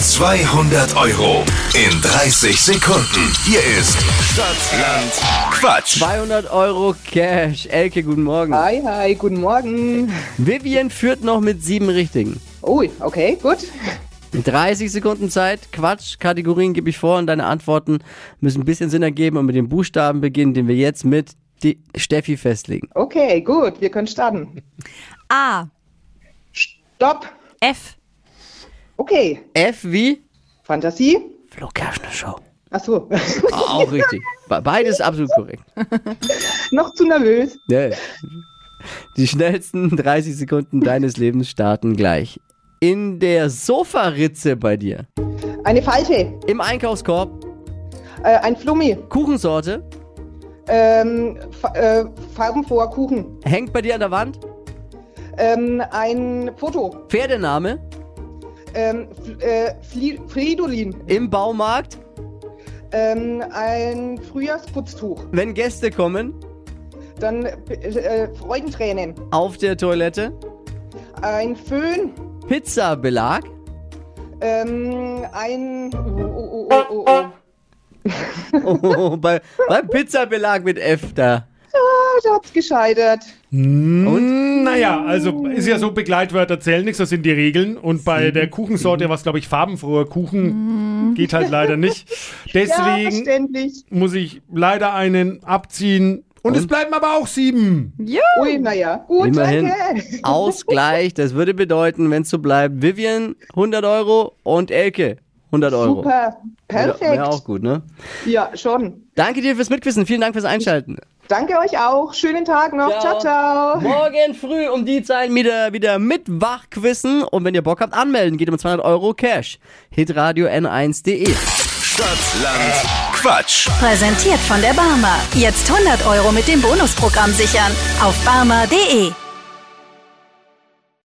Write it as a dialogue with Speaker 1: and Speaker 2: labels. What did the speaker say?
Speaker 1: 200 Euro in 30 Sekunden. Hier ist Stadtland Quatsch.
Speaker 2: 200 Euro Cash. Elke, guten Morgen.
Speaker 3: Hi, hi, guten Morgen.
Speaker 2: Vivian führt noch mit sieben Richtigen.
Speaker 3: Oh, okay, gut.
Speaker 2: 30 Sekunden Zeit. Quatsch. Kategorien gebe ich vor und deine Antworten müssen ein bisschen Sinn ergeben und mit dem Buchstaben beginnen, den wir jetzt mit die Steffi festlegen.
Speaker 3: Okay, gut, wir können starten.
Speaker 4: A.
Speaker 3: Stopp.
Speaker 4: F.
Speaker 3: Okay,
Speaker 2: F wie
Speaker 3: Fantasie.
Speaker 2: Flo Kerschner Show.
Speaker 3: Ach so,
Speaker 2: Auch richtig. Be- Beides absolut korrekt.
Speaker 3: noch zu nervös.
Speaker 2: Ne. Die schnellsten 30 Sekunden deines Lebens starten gleich. In der Sofaritze bei dir.
Speaker 3: Eine Falsche,
Speaker 2: Im Einkaufskorb.
Speaker 3: äh, ein Flummi,
Speaker 2: Kuchensorte.
Speaker 3: ähm, fa- äh, Farben vor Kuchen,
Speaker 2: Hängt bei dir an der Wand.
Speaker 3: ähm, ein Foto,
Speaker 2: Pferdename.
Speaker 3: ähm, F- äh, Fli- Fridolin,
Speaker 2: Im Baumarkt.
Speaker 3: ähm, ein Frühjahrsputztuch,
Speaker 2: Wenn Gäste kommen.
Speaker 3: dann äh, äh, Freudentränen,
Speaker 2: Auf der Toilette.
Speaker 3: ein Föhn,
Speaker 2: Pizzabelag.
Speaker 3: ähm, ein... Oh, oh, oh, oh, oh.
Speaker 2: Oh, bei, beim Pizzabelag mit F da.
Speaker 3: Ah, da hat's gescheitert.
Speaker 5: Naja, also ist ja so, Begleitwörter zählen nichts, das sind die Regeln. Und bei der Kuchensorte war es, glaube ich, farbenfroher Kuchen. Geht halt leider nicht.
Speaker 3: Ja,
Speaker 5: Deswegen
Speaker 3: verständlich.
Speaker 5: muss ich leider einen abziehen. Und, es bleiben aber auch sieben.
Speaker 3: Ui, naja. Gut,
Speaker 2: Oh. Immerhin
Speaker 3: danke.
Speaker 2: Ausgleich. Das würde bedeuten, wenn es so bleibt, Vivian 100 Euro und Elke 100 Euro.
Speaker 3: Super.
Speaker 2: Wäre-
Speaker 3: Perfekt.
Speaker 2: Wäre auch gut, ne?
Speaker 3: Ja, schon.
Speaker 2: Danke dir fürs Mitquissen. Vielen Dank fürs Einschalten.
Speaker 3: Danke euch auch. Schönen Tag noch.
Speaker 2: Ciao.
Speaker 3: Ciao, ciao.
Speaker 2: Morgen früh um die Zeit wieder, wieder mit Wachquissen. Und wenn ihr Bock habt, anmelden. Geht um 200 Euro Cash. Hitradio N1.de.
Speaker 1: Stadtland Quatsch.
Speaker 4: Präsentiert von der Barmer. Jetzt 100 Euro mit dem Bonusprogramm sichern. Auf barmer.de.